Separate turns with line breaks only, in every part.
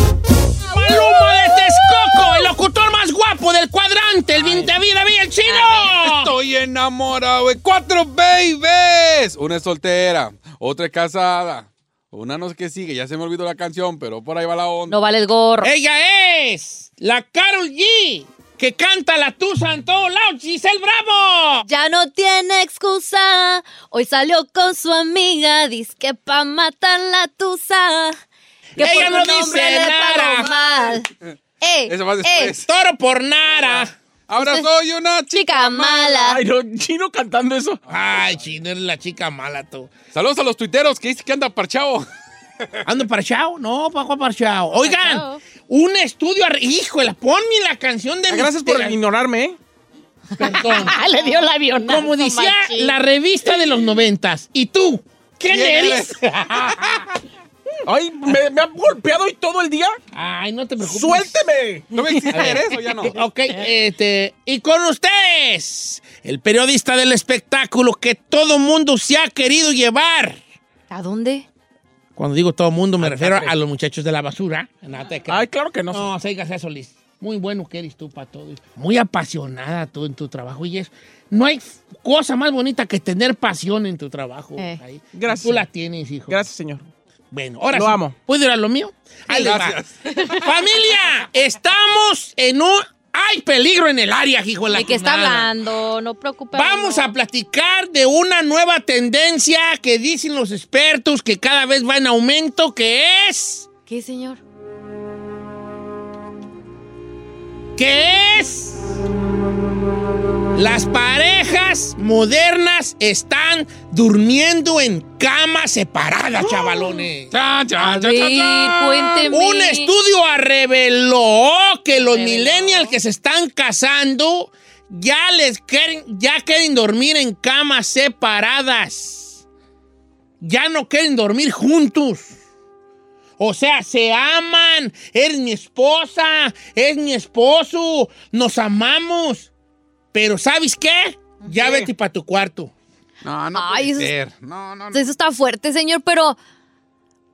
Maluma de Texcoco, el locutor más guapo del cuadrante, el Vintavida el Chino.
Estoy enamorado de cuatro babies. Una es soltera, otra es casada, una no sé qué sigue. Ya se me olvidó la canción, pero por ahí va la onda.
No vale el gorro.
Ella es la Carol G, que canta la tusa en todos lados, Giselle Bravo.
Ya no tiene excusa. Hoy salió con su amiga. Dice que pa' matar la tusa. Que
Ella
por
no
un hombre
dice
le pagó
nada.
mal. Eh, Ey,
Eso va
ey,
después. Ah,
Toro por Nara.
Ahora soy una chica.
chica mala.
Chino cantando eso.
Ay, Chino, eres la chica mala tú.
Saludos a los tuiteros que dicen que anda parchado.
¿Ando parchao? No, Paco parchao. Oigan,
Parchao.
un estudio... ar- Híjole, ponme la canción de...
Ah, Gracias por ignorarme. ¿eh?
Perdón.
le dio la avioneta.
Como decía la revista de los noventas. ¿Y tú? ¿Quién
¿Quién
eres?
Ay, me, me han golpeado y todo el día.
Ay, no te preocupes. Eh,
¡Suélteme!
No me existe eso, ya no.
Ok, este, y con ustedes, el periodista del espectáculo que todo mundo se ha querido llevar.
¿A dónde?
Cuando digo todo mundo, me refiero a los muchachos de la basura. No, te creas.
Ay, claro que no.
no, se diga, sea Solís. Muy bueno que eres tú para todo. Muy apasionada tú en tu trabajo. Y es, no hay cosa más bonita que tener pasión en tu trabajo.
Eh.
Ahí.
Gracias.
Tú la tienes, hijo.
Gracias, señor.
Bueno, ahora
Lo
sí.
amo.
¿Puedo ir a lo mío? Ahí les va.
gracias.
Familia, estamos en un... Hay peligro en el área, hijo de la
¿De qué está
jornada.
hablando? No preocupes.
Vamos a platicar de una nueva tendencia que dicen los expertos que cada vez va en aumento, que es...
¿Qué, señor?
que es? Las parejas modernas están durmiendo en camas separadas, chavalones.
Chan,
A
chan, chan,
ver,
chan, chan.
cuénteme.
Un estudio reveló que los
Reveló.
millennials que se están casando ya les quieren, ya quieren dormir en camas separadas. Ya no quieren dormir juntos. O sea, se aman. Eres mi esposa, es mi esposo. Nos amamos. Pero ¿sabes qué? Ya vete para tu cuarto.
No, no
Ay,
puede
eso es-
ser. No, no, no.
Eso está fuerte, señor, pero.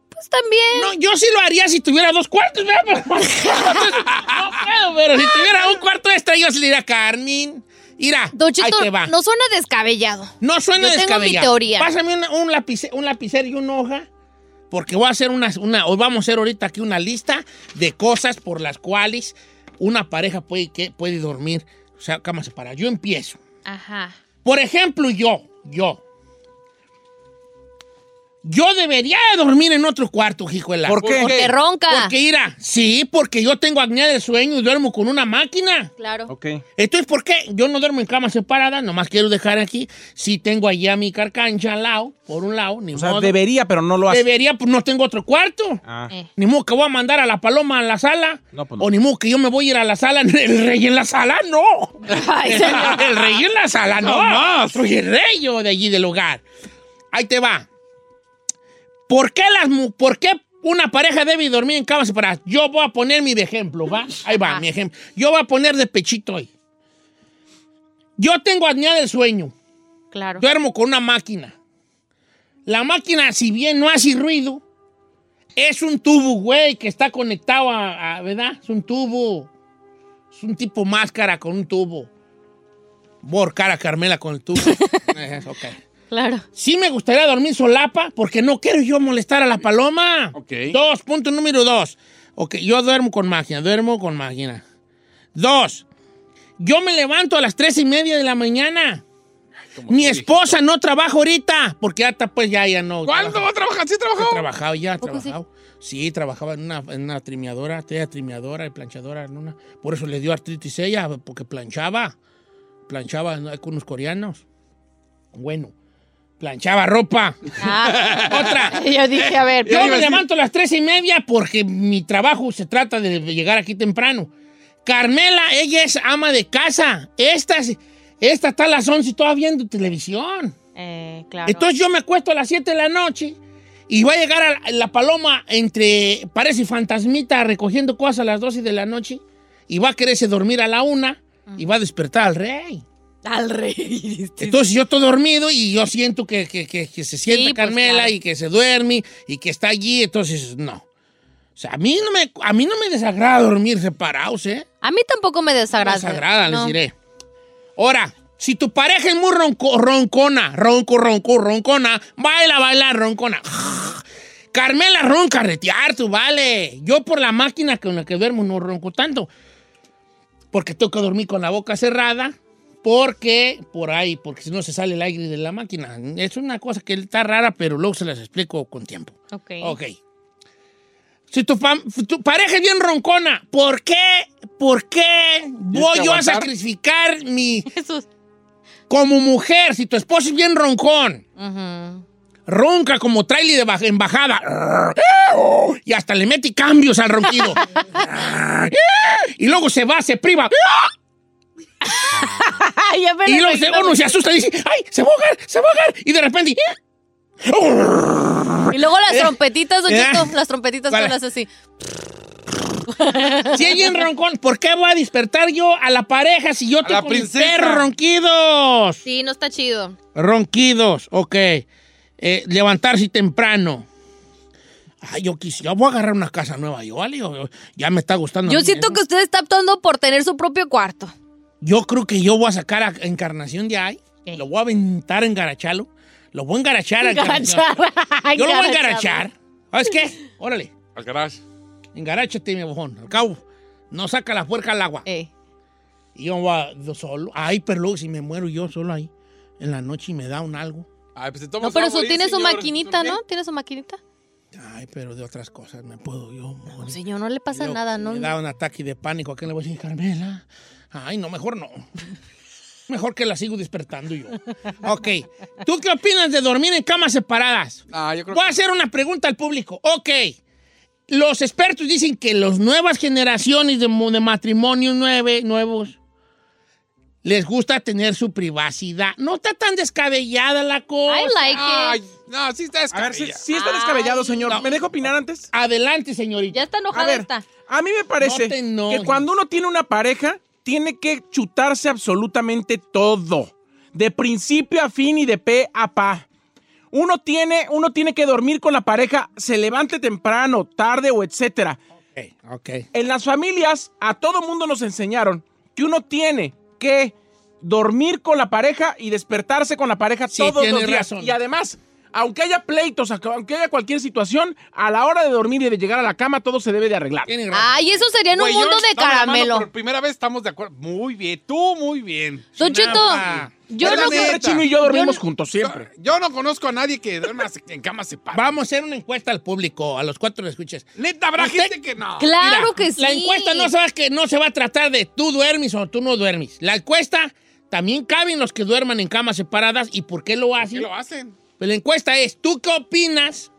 Pues también.
No, yo sí lo haría si tuviera dos cuartos, ¿verdad? Pero- no puedo, pero si tuviera un cuarto extra, yo se le diría a Carmen. Mira,
Don Chito,
ahí te va. No,
no suena descabellado.
suena
yo tengo mi
descabellado.
teoría.
Pásame una- un, lapice- un lapicero y una hoja, porque voy a hacer una, una, o vamos a hacer ahorita aquí una lista de cosas por las cuales una pareja puede, que, puede dormir, o sea, cama separada. Yo empiezo.
Ajá.
Por ejemplo, yo, yo. Yo debería de dormir en otro cuarto, hijo de la-
¿Por qué?
Porque ronca.
porque ira, sí, porque yo tengo apnea del sueño y duermo con una máquina.
Claro.
Ok.
Entonces, ¿por qué? Yo no duermo en cama separada, nomás quiero dejar aquí. Si tengo allá mi carcancha al lado, por un lado, ni
O sea,
modo.
debería, pero no lo hace.
Debería, pues no tengo otro cuarto.
Ah.
Eh.
Ni modo que voy a mandar a la paloma a la sala.
No, pues no.
O ni modo que yo me voy a ir a la sala, el rey en la sala, no.
Ay, señor.
el rey en la sala, no. Soy el rey yo de allí del hogar. Ahí te va. ¿Por qué, las, mu- ¿Por qué una pareja debe dormir en camas separadas? Yo voy a poner mi de ejemplo, ¿va? Ahí va,
Ajá.
mi ejemplo. Yo voy a poner de pechito hoy. Yo tengo apnea del sueño.
Claro.
Duermo con una máquina. La máquina, si bien no hace ruido, es un tubo, güey, que está conectado a, a- ¿verdad? Es un tubo. Es un tipo máscara con un tubo. Voy a ahorcar a Carmela con el tubo. Eh, ok.
Claro.
Sí me gustaría dormir solapa porque no quiero yo molestar a la paloma.
Ok.
Dos, punto número dos. Ok, yo duermo con magia, duermo con magia. Dos, yo me levanto a las tres y media de la mañana. Mi esposa no trabaja ahorita porque ya está, pues ya, ya no.
¿Cuándo
trabaja.
va a trabajar? ¿Sí
He
trabajó?
trabajado ya, he
poco sí?
trabajado. Sí, trabajaba en una, en una trimeadora, tenía trimeadora y planchadora en una. Por eso le dio artritis ella, porque planchaba. Planchaba ¿no? con unos coreanos. Bueno, planchaba ropa.
Ah,
Otra.
Yo dije, a ver,
Yo
iba
me
a decir-
levanto a las tres y media porque mi trabajo se trata de llegar aquí temprano. Carmela, ella es ama de casa. Esta, es- esta está a las 11 y toda viendo televisión.
eh, claro.
Entonces yo me acuesto a las 7 de la noche y va a llegar a la, la paloma entre, parece fantasmita, recogiendo cosas a las 12 de la noche y va a quererse dormir a la 1 y va a despertar al rey.
al rey.
Entonces yo estoy dormido y yo siento que, que- que- que se siente
Sí, pues,
Carmela
claro.
y que se duerme y que está allí, entonces no. O sea, a mí no me, a mí no me desagrada dormir separados, ¿eh?
A mí tampoco me desagrada.
Desagrada,
no.
les diré. Ahora, si tu pareja es muy ronco- roncona, ronco, ronco, roncona, baila, baila, roncona. Carmela ronca, retear, tú vale. Yo por la máquina con la que duermo no ronco tanto. Porque tengo que dormir con la boca cerrada. Porque, por ahí, porque si no se sale el aire de la máquina. Es una cosa que está rara, pero luego se las explico con tiempo.
Ok.
Ok. Si tu, fam- tu pareja es bien roncona, ¿por qué, por qué voy
que
yo a
aguantar?
sacrificar mi...
Jesús.
Como mujer, si tu esposo es bien roncón,
Ujú.
ronca como trailer de baj- embajada, y hasta le mete cambios al ronquido, y luego se va, se priva,
Ay, ya me
y
lo
luego se-
imagino.
uno se asusta y dice, ¡ay, se va a ahogar, se va a ahogar! Y de repente...
Y luego las
Eh,
trompetitas, don
eh.
Cheto, las trompetitas que
¿Cuál?
las así.
Si es bien roncón, ¿por qué voy a despertar yo a la pareja si yo
la
tengo mis
princesa.
perros ronquidos?
Sí, no está chido.
Ronquidos, ok. Eh, levantarse temprano. Ay, yo quisiera, voy a agarrar una casa nueva, yo, ¿vale? Yo- yo- ya me está gustando. a
Yo
mí
siento
eso.
que usted está optando por tener su propio cuarto.
Yo creo que yo voy a sacar a Encarnación de ahí,
¿Qué?
lo voy a aventar en Garachalo, lo voy a engarachar. a Encarnación.
Ay,
Yo lo voy a
garachar.
engarachar. ¿Sabes qué? Órale,
Al garage.
engaráchate, mi bojón. Al cabo, no saca la puerca al agua.
Eh.
Y yo voy a- yo solo. Ay, pero luego si me muero yo solo ahí, en la noche y me da un algo.
Ay, pues se toma
No, pero
agua
su,
ahí,
tiene su
señor.
maquinita, ¿no? ¿Tiene su maquinita?
Ay, pero de otras cosas me puedo yo morir.
Señor, no le pasa
Yo,
nada, ¿no?
Me da un ataque de pánico. ¿A quién le voy a decir, Carmela? Ay, no, mejor no. Mejor que la sigo despertando yo. Ok. ¿Tú qué opinas de dormir en camas separadas?
Ah, yo creo
Voy a
Pues,
que-
hacer una pregunta al público. Ok. Los expertos dicen que las nuevas generaciones de, mo- de matrimonios nueve, nuevos les gusta tener su privacidad. No está tan descabellada la cosa.
I like
Ay,
it.
no, sí está
A ver, si,
descabellada.
está descabellado,
Ay,
señor.
no.
¿Me deja opinar antes?
Adelante, señorita.
Ya está
A
enojada
ver,
esta.
a mí me
No te
parece
enojes.
que cuando uno tiene una pareja, tiene que chutarse absolutamente todo. De principio a fin y de pe a pa. Uno tiene, uno tiene que dormir con la pareja, se levante temprano, tarde o etcétera.
Ok, ok.
En las familias, a todo mundo nos enseñaron que uno tiene que dormir con la pareja y despertarse con la pareja
Sí,
todos los
tienes
días.
razón.
Y además, aunque haya pleitos, aunque haya cualquier situación, a la hora de dormir y de llegar a la cama, todo se debe de arreglar.
Tienes razón.
Ay, eso sería en un
Güey, yo-
mundo de
dame la mano,
caramelo.
Por primera vez estamos de acuerdo. Muy bien, tú muy bien.
Don Cheto,
Nada.
yo no
Pero la
creo-
Siempre
neta.
Chino y yo dormimos
Yo no-
juntos, siempre.
Yo no conozco a nadie que duerma en cama separada.
Vamos a hacer una encuesta al público, a los cuatro que escuches.
Neta, habrá
Usted-
gente que no.
Claro
Mira,
que sí.
La encuesta no se, va, a que no se va a tratar de tú duermes o tú no duermes. La encuesta también caben los que duerman en camas separadas y por qué lo
¿Qué
hacen.
lo hacen?
Pero Pues la encuesta es, ¿tú qué opinas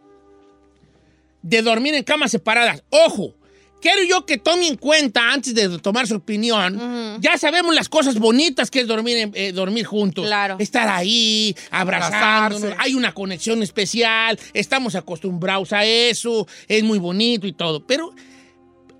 de dormir en camas separadas? Ojo, quiero yo que tome en cuenta antes de tomar su opinión, ya sabemos las cosas bonitas que es dormir, en- eh, dormir juntos.
Claro.
Estar ahí, abrazándonos,
Abrazarse.
hay una conexión especial, estamos acostumbrados a eso, es muy bonito y todo, pero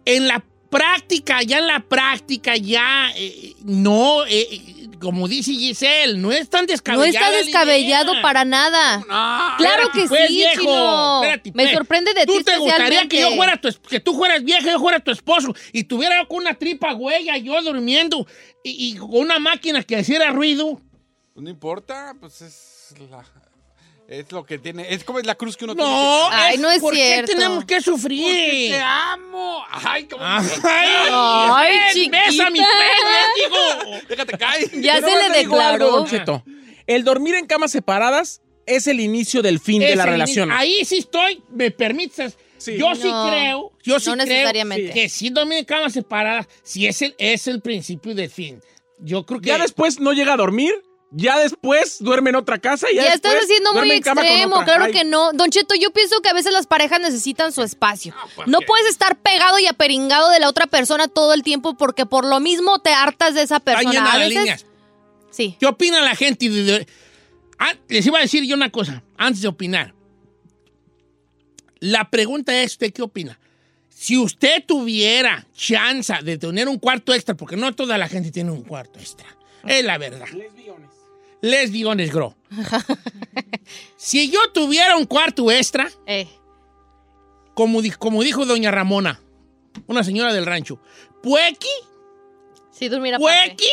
en la práctica, ya en la práctica, ya eh, no, eh, eh, como dice Giselle, no es tan
No
descabellado.
está descabellado para nada.
Ah,
Claro que
pues,
sí, chino. Me sorprende de ti
¿Tú te gustaría
especialmente.
que, yo fuera tu, es- que tú fueras vieja, yo fuera tu esposo y tuviera yo con una tripa huella, yo durmiendo y, y con una máquina que hiciera ruido?
No importa, pues es la- Es lo que tiene. Es como es la cruz que uno tiene.
No,
Ay, no es
¿por qué
cierto.
tenemos que
que-
sufrir?
Te amo. Ay, como.
Ah.
¡Ay,
Ay,
¡Besa mi
chiquita.
pene, digo!
Déjate caer.
Ya
Yo
se
nomás
le
digo algo,
declaró.
Don Cheto. El dormir en camas separadas es el inicio del fin de
Ese
la
ni-
relación.
Ahí sí estoy, me permites.
Sí.
Yo sí
No,
creo, yo sí
no
creo
necesariamente.
que si dormir en camas separadas, si es el, es el principio del fin. Yo creo que...
Ya después no llega a dormir, ya después duerme en otra casa y ya,
Ya
después
estás haciendo muy
duerme en cama con
extremo,
otra.
claro
Ay,
que no. Don Cheto, yo pienso que a veces las parejas necesitan su espacio.
Ah,
No puedes estar pegado y aperingado de la otra persona todo el tiempo porque por lo mismo te hartas de esa
Están
persona.
llenas
A
las
veces,
líneas.
sí.
¿Qué opina la gente? de- de- Ah, les iba a decir yo una cosa, antes de opinar. La pregunta es, ¿usted qué opina? Si usted tuviera chance de tener un cuarto extra, porque no toda la gente tiene un cuarto extra, es la verdad. Lesbiones, gro. si yo tuviera un cuarto extra,
Eh.
como, di- como dijo doña Ramona, una señora del rancho, pues puequi,
Sí, durmiera aparte.
puequi.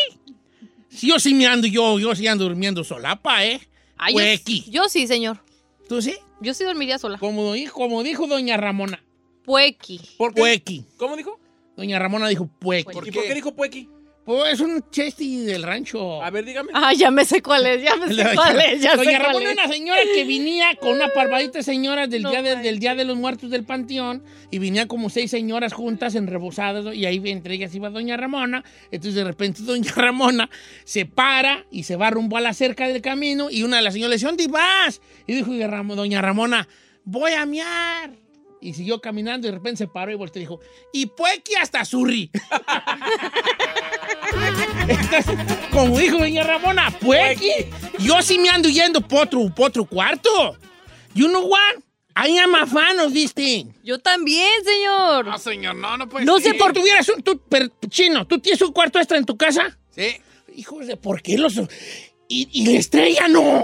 Si yo sí me ando, yo, yo sí ando durmiendo solapa, ¿eh?
Ay, yo-
Puequi.
Yo, sí, señor.
¿Tú sí?
Yo sí dormiría sola.
Como, di- como dijo doña Ramona,
Puequi.
¿Por qué?
puequi.
¿Cómo dijo?
Doña Ramona dijo puequi.
¿Y por qué dijo Puequi?
Pues es un chesti del rancho.
A ver, dígame.
Ah, ya me sé cuál es, ya me sé cuál es, ya
Doña
sé cuál
Ramona
es.
era una señora que venía con una parvadita de señoras del,
No
día de,
manches.
del Día de los Muertos del Panteón y venían como seis señoras juntas enrebosadas y ahí entre ellas iba Doña Ramona. Entonces de repente Doña Ramona se para y se va rumbo a la cerca del camino y una de las señoras le dice, ¿dónde vas? Y dijo Doña Ramo- Doña Ramona, voy a miar. Y siguió caminando y de repente se paró y volteó y dijo, y puequi hasta Surri. Entonces, como dijo doña Ramona,
Pues,
puequi. Yo sí me ando yendo por otro, por otro cuarto. You know what? I am a fan of this thing.
Yo también, señor.
No, señor, no, no
Pues
puede
No
ser.
sé
Si
por-
tú tuvieras un... tú, per- chino, ¿tú tienes un cuarto extra en tu casa?
Sí.
Hijos de, ¿por qué los...? Y, y la estrella no.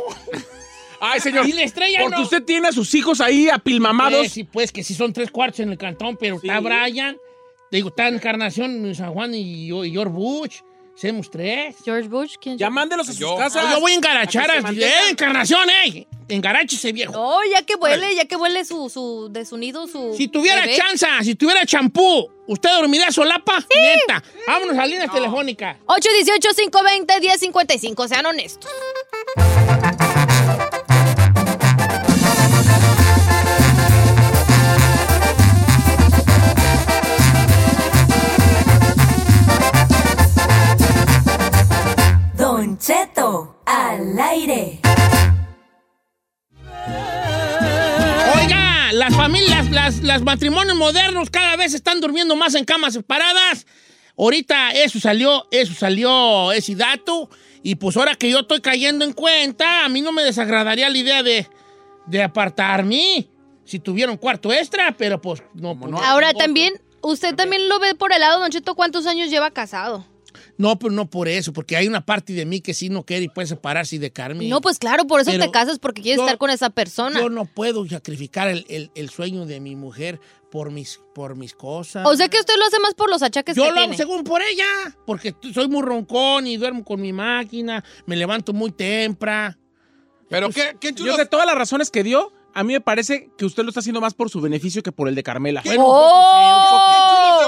Ay, señor.
Y la ah, estrella
Porque
no.
usted tiene a sus hijos ahí apilmamados.
Pues, sí, pues, que sí son tres cuartos en el cantón, pero está Brian, digo, está Encarnación, San Juan y, yo- y George Bush. Somos tres.
George Bush, ¿quién?
Ya mándelos a sus
Yo.
casas.
yo voy a engarachar
a que
a...
se mantengan.
¡Eh, Encarnación, eh! Engaráchese, viejo.
No, ya que huele, ya que huele su, su, de su nido, su.
Si tuviera
bebé.
chanza, si tuviera champú, ¿usted dormiría solapa? Neta. Vámonos a líneas telefónicas.
818-520-1055, sean honestos.
Don Cheto, al aire.
Oiga, las familias, las, las matrimonios modernos cada vez están durmiendo más en camas separadas. Ahorita eso salió, eso salió ese dato. Y pues ahora que yo estoy cayendo en cuenta, a mí no me desagradaría la idea de, de apartarme. Si tuviera un cuarto extra, pero pues no. pues, no.
Ahora también, usted también lo ve por el lado, Don Cheto, ¿cuántos años lleva casado?
No, pero no por eso, porque hay una parte de mí que sí no quiere y puede separarse y de Carmen.
No, pues claro, por eso
Pero
te casas, porque quieres
yo-
estar con esa persona.
Yo no puedo sacrificar el, el- el sueño de mi mujer por mis, por mis cosas.
O sea que usted lo hace más por los achaques
yo
que
lo hago
tiene.
según por ella, porque t- soy muy roncón y duermo con mi máquina, me levanto muy temprano.
Pero
Pues,
qué, qué
Yo
chulo.
de todas las razones que dio, a mí me parece que usted lo está haciendo más por su beneficio que por el de Carmela.
Bueno,
¿Cómo se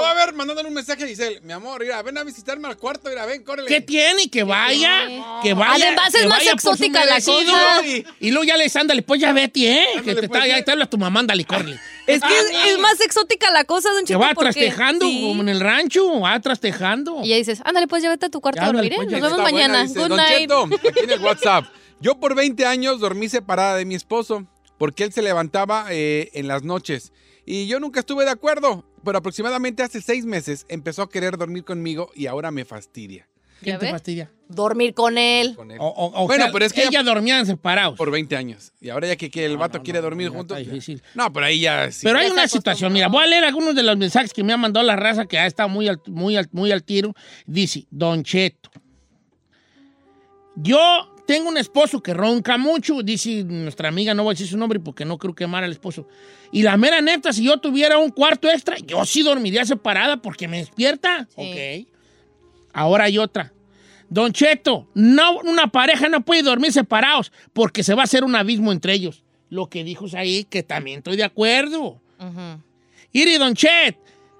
va
¡Oh!
a ver mandándole un mensaje a Giselle? Mi amor, mira, ven a visitarme al cuarto, mira, ven, córrele.
¿Qué tiene? Que vaya, que vaya.
Además,
que
es más
vaya por su
exótica la
merecido.
cosa.
Y-
Y luego ya les ándale, pues ya vete, ¿eh? que
Ándale,
te,
pues,
está- ya
ya.
te habla tu mamá, ándale, corre.
Ah, Es que Oh, es, es más exótica la cosa, Don
Te
Cheto.
va
porque-
trastejando
Sí.
como en el rancho, va trastejando.
Y ya dices, ándale, pues llévate a tu cuarto
Ya,
a
ándale,
dormir, ¿eh?
pues, ya
Nos vemos
Está buena,
mañana.
dice,
Good
"Don
night.
Cheto, aquí en el WhatsApp. Yo por 20 años dormí separada de mi esposo porque él se levantaba eh, en las noches y yo nunca estuve de acuerdo, pero aproximadamente hace seis meses empezó a querer dormir conmigo y ahora me fastidia.
¿Quién
Ya
te
ve.
fastidia?
Dormir con él.
Con él.
O, o- o
Bueno,
sea,
pero es que
ellas
ya-
dormían separados.
Por 20 años. Y ahora ya que, que el vato quiere dormir
ya
juntos.
está difícil.
No, pero ahí ya sí.
Pero hay
Ya se
una
acostumbró.
situación, mira, voy a leer algunos de los mensajes que me ha mandado la raza que ha estado muy al, muy al, muy al tiro. Dice, Don Cheto, Yo tengo un esposo que ronca mucho, dice nuestra amiga, no voy a decir su nombre porque no creo quemar al esposo. Y la mera neta, si yo tuviera un cuarto extra, yo sí dormiría separada porque me despierta.
Sí.
Ok. Ahora hay otra. Don Cheto, no, una pareja no puede dormir separados porque se va a hacer un abismo entre ellos. Lo que dijo ahí, que también estoy de acuerdo.
Ujú.
Iri Don Chet,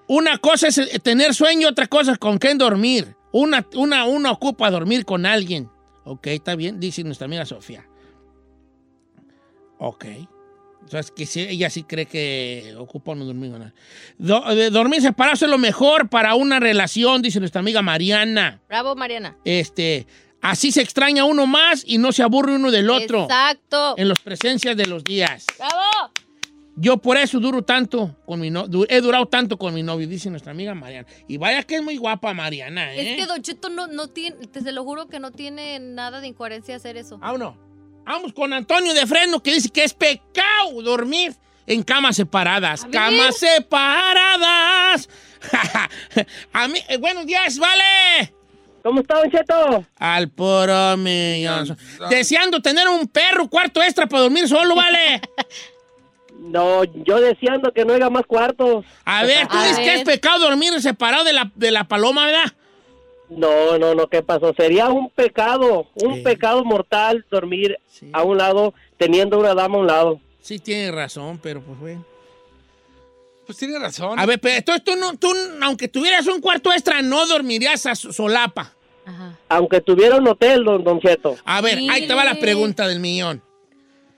una cosa es eh, tener sueño, otra cosa es con quién dormir. Una, una, una ocupa dormir con alguien. Ok, está bien, dice nuestra amiga Sofía. Ok. Entonces, que sí, ella sí cree que ocupa uno dormir con alguien. Do- eh, dormir separado es lo mejor para una relación, dice nuestra amiga Mariana.
Bravo, Mariana.
Este, así se extraña uno más y no se aburre uno del otro.
Exacto.
En las presencias de los días.
Bravo.
Yo por eso duro tanto con mi no- du- he durado tanto con mi novio, dice nuestra amiga Mariana. Y vaya que es muy guapa Mariana, ¿eh?
Es que Don Cheto no, no tiene, te se lo juro que no tiene nada de incoherencia hacer eso.
Vámonos. Vamos con Antonio de Fresno que dice que es pecado dormir en camas separadas.
A ver.
Camas separadas. A mí, eh, buenos días, vale.
¿Cómo está, Don Cheto?
Al puro millón. Deseando tener un perro cuarto extra para dormir solo, vale.
No, yo deseando que no haya más cuartos.
A ver, tú
A
dices que
ver.
es pecado dormir separado de la, de la paloma, ¿verdad?
No, no, no, ¿qué pasó? Sería un pecado, un
Sí.
pecado mortal dormir
Sí.
a un lado teniendo una dama a un lado.
Sí, tiene razón, pero pues bueno.
Pues tiene razón.
A ver, pero entonces tú, no, tú, aunque tuvieras un cuarto extra, no dormirías a su- solapa.
Ajá.
Aunque tuviera un hotel, Don, don Cheto.
A ver,
Sí.
ahí te va la pregunta del millón.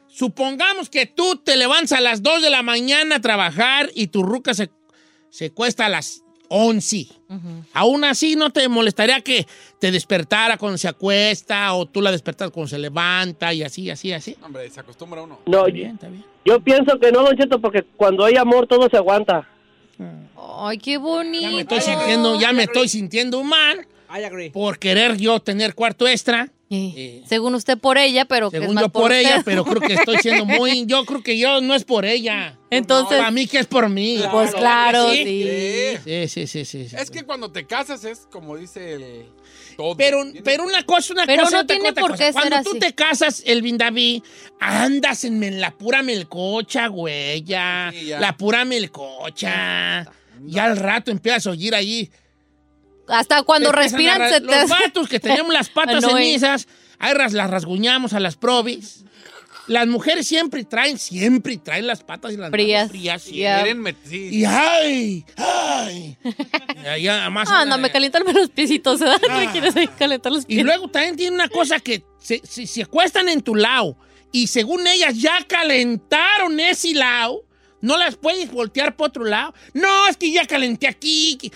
Supongamos que tú te levantas a las 2 de la mañana a trabajar y tu ruca se, se cuesta a las 11. Aún así, ¿no te molestaría que te despertara cuando se acuesta o tú la despertas cuando se levanta y así, así, así?
Hombre, se acostumbra uno.
No,
Está bien, está bien.
yo pienso que no, Don Cheto, porque cuando hay amor todo se aguanta.
Ay, qué bonito.
Ya me estoy sintiendo, ya me estoy sintiendo mal
I agree.
por querer yo tener cuarto extra.
Sí.
Eh.
Según usted por ella, pero que es
Según
más
yo por ella,
usted.
pero creo que estoy siendo muy. Yo creo que yo no es por ella.
Entonces,
Para mí que es por mí.
pues claro, sí.
Sí.
Sí, sí, sí, sí. sí.
Es que cuando te casas es como dice el todo.
Pero,
Tiene-
pero una cosa, una
Pero
cosa,
no
otra
tiene
cosa,
por
cosa.
qué
Cuando
ser
tú
así.
te casas, el David, andas en, en la pura melcocha, güey, ya.
Sí, ya.
La pura melcocha. Y al rato empiezas a oír ahí.
Hasta cuando
Empiezan
respiran
a ra-
se te...
Los vatos que tenemos las patas
No, eh.
cenizas, ahí ras- las rasguñamos a las probis. Las mujeres siempre traen, siempre traen las patas y las manos
Frías.
frías
Si
Ya.
quieren, me- sí.
Y ay, ay. Y ahí además
Ah, no,
andan-
me calientan los piecitos, ¿verdad? Me quieres ahí calentar los pies.
Ah. Y luego también tiene una cosa que se, si se acuestan en tu lado y según ellas ya calentaron ese lado, no las puedes voltear por otro lado. No, es que ya calenté aquí. que-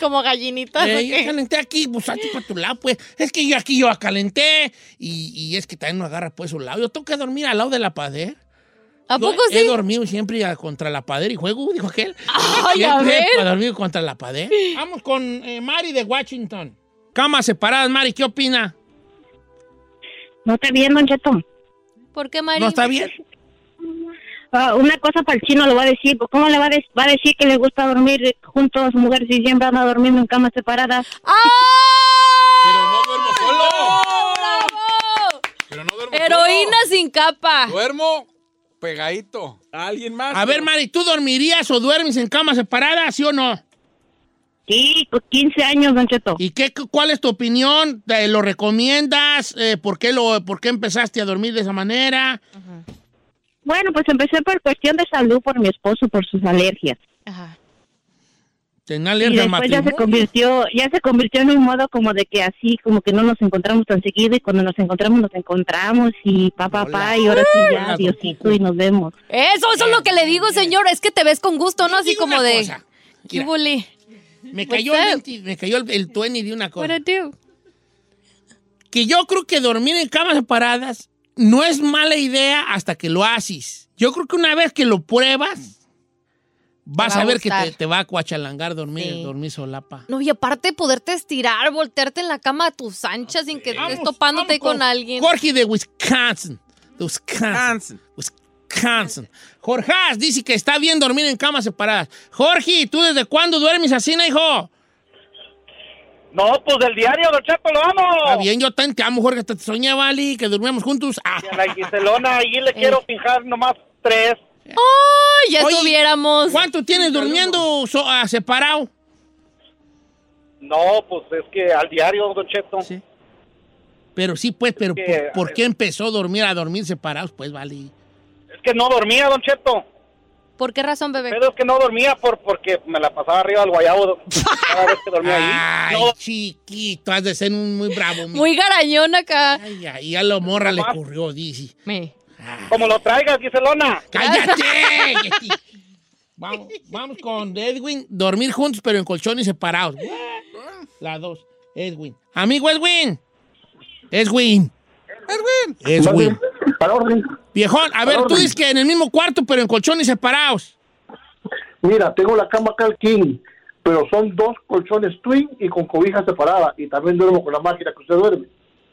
Como gallinitas.
Eh, ya calenté aquí, pues a ti para tu lado, pues. Es que yo aquí yo calenté y, y es que también no agarra pues su lado. Yo tengo que dormir al lado de la pared.
¿A
Yo
poco
He
sí?
dormido siempre a- contra la pared y juego, dijo aquel.
Ay, a
siempre
ver.
he dormido contra la pared. Vamos con eh, Mari de Washington. Camas separadas, Mari, ¿qué opina?
No está bien, Don Cheto.
¿Por qué, Mari?
¿No está bien?
Ah, una cosa para el chino lo va a decir. ¿Cómo le va a, des- va a decir que le gusta dormir juntos, mujeres, y siempre anda durmiendo en camas separadas?
¡Oh!
Pero no duermo solo.
¡Bravo!
Pero no duermo
Heroína sin capa.
solo. Duermo pegadito.
¿Alguien más?
A ver, Mari, ¿tú dormirías o duermes en camas separadas, sí o no?
Sí, con 15 años, Don Cheto.
¿Y qué, cuál es tu opinión? Eh, ¿Lo recomiendas? Eh, ¿por, qué lo, ¿Por qué empezaste a dormir de esa manera?
Bueno, pues empecé por cuestión de salud por mi esposo, por sus alergias.
Ajá.
¿Tenía
Y
alergia al
después ya se
matrimonio?
convirtió, ya se convirtió en un modo como de que así, como que no nos encontramos tan seguido y cuando nos encontramos nos encontramos y pa pa pa y ahora sí
Hola,
ya Diosito y nos vemos.
Eso, eso es lo que le digo, señor. Es que te ves con gusto, ¿no? Así
Este. Digo
como
una
de...
cosa,
¿Qué
mira,
bully?
me cayó,
What's
el,
up?
20 me cayó el, el 20 de una
What
cosa.
I do?
que yo creo que dormir en camas separadas no es mala idea hasta que lo haces. Yo creo que una vez que lo pruebas, vas
va
a
a
ver que te,
gustar.
te va a cuachalangar dormir,
Sí.
dormir solapa.
No, y aparte poderte estirar, voltearte en la cama a tus anchas sin que estés
Vamos,
topándote
vamos
con, alguien.
Jorge de Wisconsin. De Wisconsin.
Hansen.
Wisconsin. Jorge dice que está bien dormir en camas separadas. Jorge, ¿tú desde cuándo duermes así, na, hijo?
No, pues del diario, don Cheto, lo amo.
Está bien, yo también te amo, Jorge, te soñé, Vali, que durmíamos juntos. Ah.
En la Giselona, ahí le quiero fijar nomás tres.
¡Ay, ya
Oye,
estuviéramos!
¿Cuánto tienes durmiendo so- ah, separado?
No, pues es que al diario, don Cheto.
Pero sí, pues, pero
que,
¿por,
a
por
ver.
qué empezó a dormir a dormir separados? Pues, Vali.
Es que no dormía, don Cheto.
¿Por qué razón, bebé?
Pero es que no dormía por, porque me la pasaba arriba del guayabo do- cada vez que dormía ahí.
Ay,
No,
chiquito, has de ser un muy bravo. mi-
Muy garañón acá.
Ay, ay, a la morra le ocurrió, dice.
Me.
como lo traigas, Giselona.
¡Cállate! vamos, vamos con Edwin. Dormir juntos, pero en colchones separados. La dos. Edwin. Amigo Edwin. Edwin. Edwin. Edwin.
Para orden.
Viejón, a ver, tú dices que en el mismo cuarto, pero en colchones separados.
Mira, tengo la cama acá al king, pero son dos colchones twin y con cobija separada. Y también duermo con la máquina que usted duerme.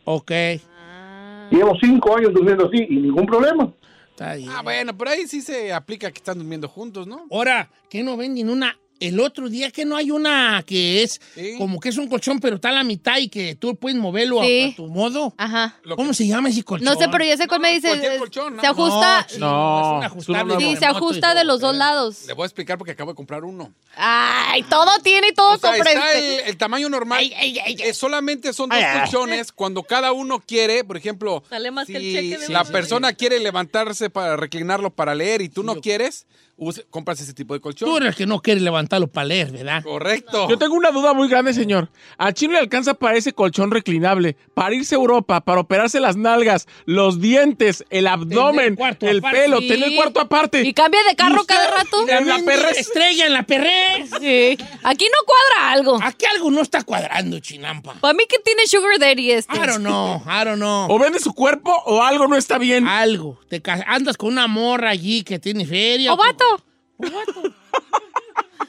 Ok.
Ah.
Llevo cinco años durmiendo así y ningún problema.
Ah,
bueno, pero ahí sí se aplica que están durmiendo juntos, ¿no?
Ahora, ¿qué no venden una? El otro día que no hay una que es como que es un colchón, pero está a la mitad y que tú puedes moverlo a-
Sí.
a, tu modo.
Ajá.
¿Cómo se llama ese colchón?
No sé, pero ya sé cuál me dice. eh, Se ajusta.
No, no, es un ajustable.
sí, se ajusta de los dos lados.
Le voy a explicar porque acabo de comprar uno.
Ay, todo tiene y todo
O sea,
comprende.
está el, el tamaño normal. Eh, solamente son dos
Ay, ay.
colchones. Cuando cada uno quiere, por ejemplo,
Sale más
si
que el cheque de
la
uno.
persona quiere levantarse para reclinarlo para leer y tú no quieres, use- compras ese tipo de colchón.
Tú eres el que no quiere levantarlo para leer, ¿verdad?
Correcto.
Yo tengo una duda muy grande, señor. ¿Al chino le alcanza para ese colchón reclinable, para irse a Europa, para operarse las nalgas, los dientes, el abdomen, el
aparte.
pelo,
Sí.
tener el cuarto aparte?
Y cambia de carro cada rato.
En la perrez.
Estrella en la perrez.
Sí. Aquí no cuadra algo.
Aquí algo no está cuadrando, chinampa.
Para mí que tiene sugar daddy este.
I don't know, I don't know.
O vende su cuerpo o algo no está bien.
Algo. Te ca- andas con una morra allí que tiene feria.
O ¡Oh, vato.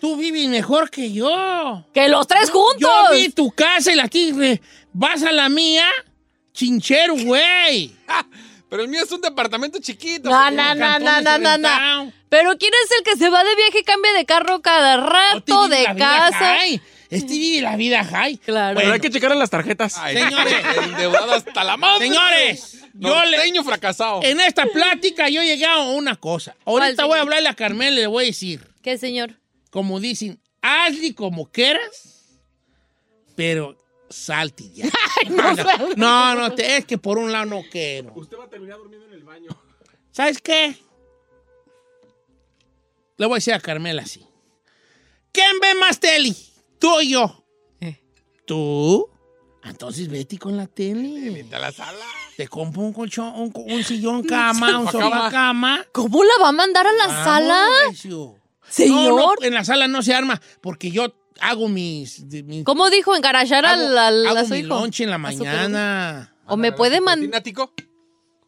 Tú vives mejor que yo.
Que los tres juntos.
Yo vi tu casa y la tigre. Vas a la mía, chinchero, güey.
Pero el mío es un departamento chiquito.
No,
señor.
no, no, no,
Campones
no, no,
rentados.
no. Pero ¿quién es el que se va de viaje y cambia de carro cada rato,
vive
de
la vida
casa?
high. Este vive la vida high.
Claro.
Pero hay que checar en las tarjetas.
Señores.
Endeudado hasta la madre.
Señores, yo le-
Norteño fracasado.
En esta plática yo he llegado a una cosa. Ahorita voy a hablarle a Carmela y le voy a decir,
¿Qué, señor?
como dicen, hazle como quieras, pero salte ya. Ah, no, no, no, te- es que por un lado no quiero.
Usted va a terminar durmiendo en el baño.
¿Sabes qué? Le voy a decir a Carmela así. ¿Quién ve más tele? ¿Tú o yo? ¿Tú? Entonces vete con la tele.
A la sala.
Te compro un colchón, un, co- un sillón cama, un
Sofá
sofá
cama.
cama.
¿Cómo la va a mandar a la
Vamos,
sala?
necio.
Señor.
No, no, en la sala no se arma porque yo hago mis... de- mis-
¿Cómo dijo engarachar
hago,
al, al- a
hago
su
mi
hijo?
lonche Ah, en la
A su
mañana.
O me puede mandar.
¿Tinático?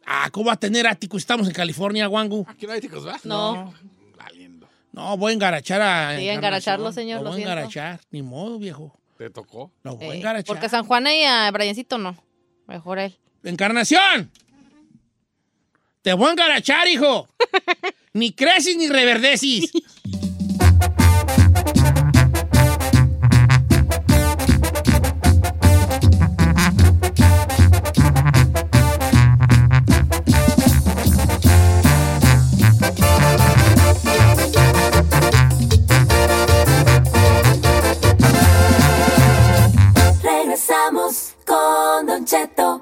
Ah, ¿cómo va a tener ático? Estamos en California, Wangu.
Aquí no hay ticos, ¿va?
No.
Valiendo.
No, voy a engarachar a...
Sí, a engaracharlo, señor,
Lo
lo
voy a
siento.
engarachar, ni modo, viejo.
¿Te tocó?
Lo voy a
Eh,
engarachar.
porque a San Juana y a Briancito no. Mejor él.
¡Encarnación! Te voy a engarachar, hijo. ni creces ni reverdeces.
Regresamos con Don Cheto.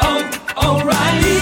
oh, O'Reilly.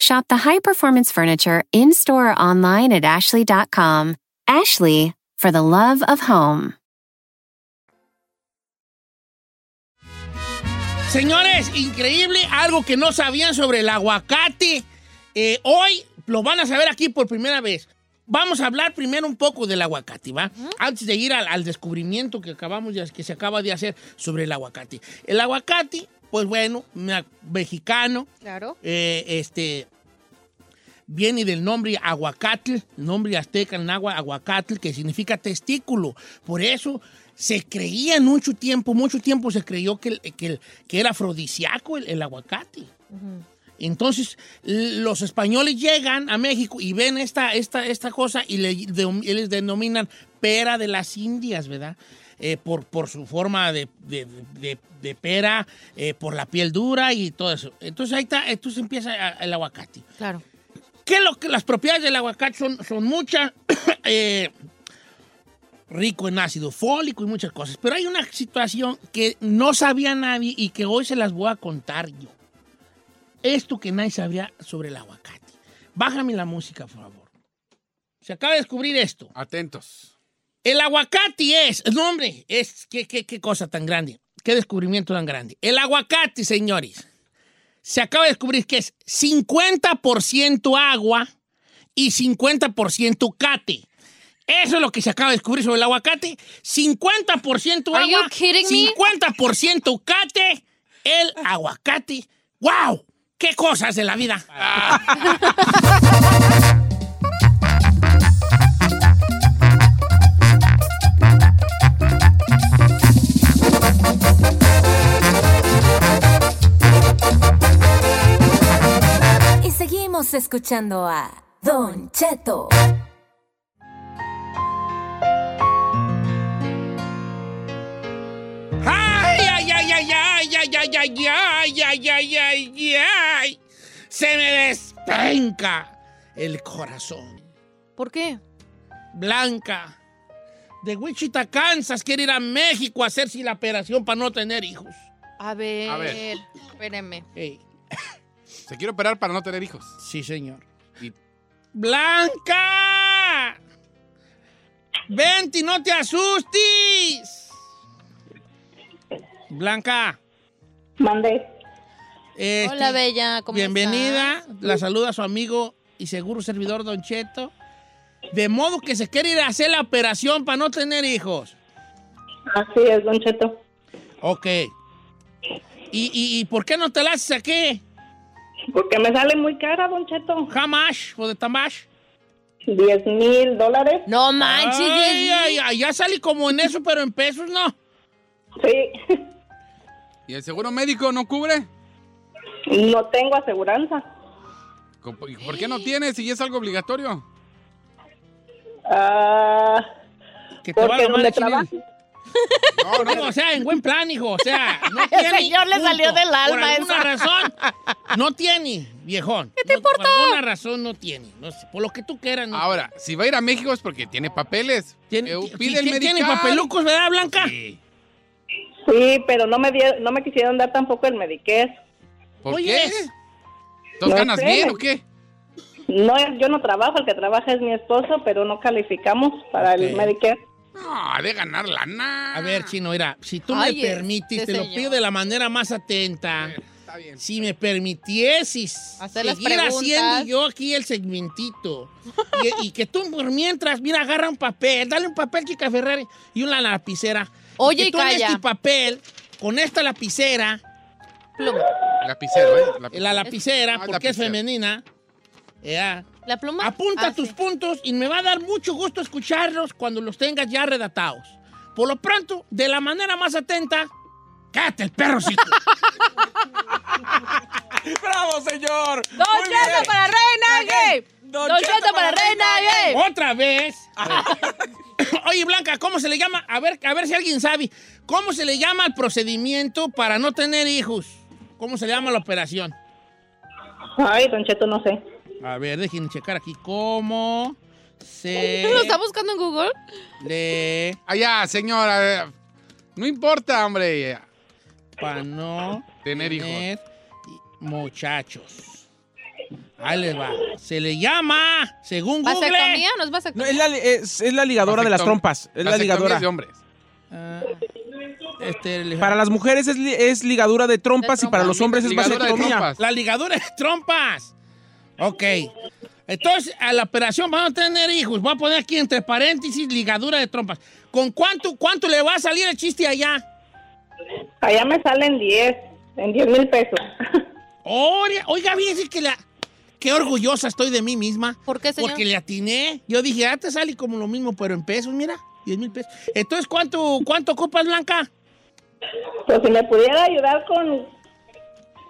Shop the high performance furniture in store or online at ashley.com. Ashley, for the love of home.
Señores, increíble algo que no sabían sobre el aguacate. Eh, hoy lo van a saber aquí por primera vez. Vamos a hablar primero un poco del aguacate, ¿va? Antes de ir al, al descubrimiento que acabamos de- que se acaba de hacer sobre el aguacate. El aguacate, pues bueno, me- mexicano,
Claro.
eh, este viene del nombre aguacatl, nombre azteca en agua, aguacatl, que significa testículo. Por eso se creía en mucho tiempo, mucho tiempo se creyó que, el- que, el- que era afrodisíaco el, el aguacate. Entonces, l- los españoles llegan a México y ven esta, esta, esta cosa y le- de- y les denominan pera de las Indias, ¿verdad? Eh, por, por su forma de, de- de- de pera, eh, por la piel dura y todo eso. Entonces, ahí está, entonces empieza a- el aguacate.
Claro.
¿Qué es lo que las propiedades del aguacate son, son muchas? Eh, rico en ácido fólico y muchas cosas. Pero hay una situación que no sabía nadie y que hoy se las voy a contar yo. Esto que nadie sabía sobre el aguacate. Bájame la música, por favor. Se acaba de descubrir esto.
Atentos.
El aguacate es, no hombre, es, qué, qué- qué cosa tan grande, qué descubrimiento tan grande. El aguacate, señores, se acaba de descubrir que es 50% agua y 50% cate. Eso es lo que se acaba de descubrir sobre el aguacate. 50%
Are
agua,
you kidding me?
50% cate, el aguacate. ¡Wow! ¡Qué cosas de la vida!
Y seguimos escuchando a Don Cheto.
¡Ay, ay, ay, ay, ay, ay, ay, ay, ay, ay, ay, ay, ay! Se me despenca el corazón.
¿Por qué?
Blanca, de Wichita, Kansas, quiere ir a México a hacerse la operación para no tener hijos.
A ver,
A
ver.
espérenme.
Se quiere operar para no tener hijos.
Sí, señor.
Y
¡Blanca! ¡Vente y no te asustes! Blanca. este,
Mandé.
Hola, bella, ¿cómo
Bienvenida.
estás?
La saluda su amigo y seguro servidor Don Cheto. De modo que se quiere ir a hacer la operación para no tener hijos.
Así es, Don Cheto.
Ok. ¿Y, y, y por qué no te la haces aquí?
Porque me sale muy cara, Don Cheto.
¿Hamash o de Tamash?
10 mil dólares.
No
Ay, ay, ay, ya salí como en eso, pero en pesos no.
Sí,
¿Y el seguro médico no cubre?
no tengo aseguranza.
¿Por por qué
¿Eh?
no tiene si es algo obligatorio?
Ah,
Que
porque
valga
donde
madre, Chinel.
trabajo,
No, no, o sea, en buen plan, hijo. O sea, no
Al
tiene.
señor le salió del
Por
alma
alguna
esa.
razón, no tiene, viejón. ¿Qué te importa? Por alguna razón no tiene. No sé, por lo que tú quieras.
Ah,
No
Ahora, si va a ir a México es porque tiene papeles.
Tiene,
Eh,
ti-
pide
ti-
el
tiene
medical.
papelucos, ¿verdad, Blanca?
Sí.
sí, pero no me dieron, no me quisieron dar tampoco el Medicare.
¿Por
Oye,
qué?
¿eh?
es-
¿Dos
No
ganas
sé.
bien o qué?
No, yo no trabajo, el que trabaja es mi esposo, pero no calificamos para el Medicare.
No, ha de ganar lana.
A ver, chino, mira, si tú
Ay,
me permites,
este
te lo
señor.
pido de la manera más atenta. Si me permitieses
Hacer las
seguir
preguntas.
haciendo yo aquí el segmentito y, y que tú por mientras, mira, agarra un papel, dale un papel, chica Ferrari, y una lapicera.
Oye,
Y que
y
tú en
calla.
este papel, con esta lapicera,
Lapicero, ¿eh? Lapicero.
la lapicera,
Ah,
porque es
lapicero.
femenina, ya,
¿La pluma?
apunta tus puntos y me va a dar mucho gusto escucharlos cuando los tengas ya redactados. Por lo pronto, de la manera más atenta, cállate el perro, sí.
¡Bravo, señor!
¡Don
Muy bien.
Cheto para Reina Gay! ¡Don Cheto para Reina Gay!
Otra vez. Oye, Blanca, ¿cómo se le llama? A ver, a ver si alguien sabe. ¿Cómo se le llama el procedimiento para no tener hijos? ¿Cómo se le llama la operación?
Ay, Don Cheto, no sé.
A ver, déjenme checar aquí. ¿Cómo se
¿Lo está buscando en Google?
le
Allá, Ah, señora. eh, No importa, hombre.
para no
Tener hijos.
muchachos? Ahí les va. Se le llama, según Google.
¿Vasectomía? ¿No es vasectomía?
No, es, la, es- es la ligadora de las
Vasectom-
trompas. Es la
vasectomía
ligadora.
es de hombres.
Ah, este, le-
Para las mujeres es, li- es ligadura de trompas y para los hombres es
Ligadura de
vasectomía.
trompas.
La ligadura de trompas. Ok. Entonces, a la operación van a tener hijos. Voy a poner aquí entre paréntesis ligadura de trompas. ¿Con cuánto, cuánto le va a salir el chiste allá?
Allá me salen 10, en 10 mil pesos.
Oiga, oiga bien, sí que la... Qué orgullosa estoy de mí misma.
¿Por qué, señor?
Porque le atiné. Yo dije, ah, te sale como lo mismo, pero en pesos, mira. 10 mil pesos. Entonces, ¿cuánto, cuánto ocupas, Blanca?
Pues si me pudiera ayudar con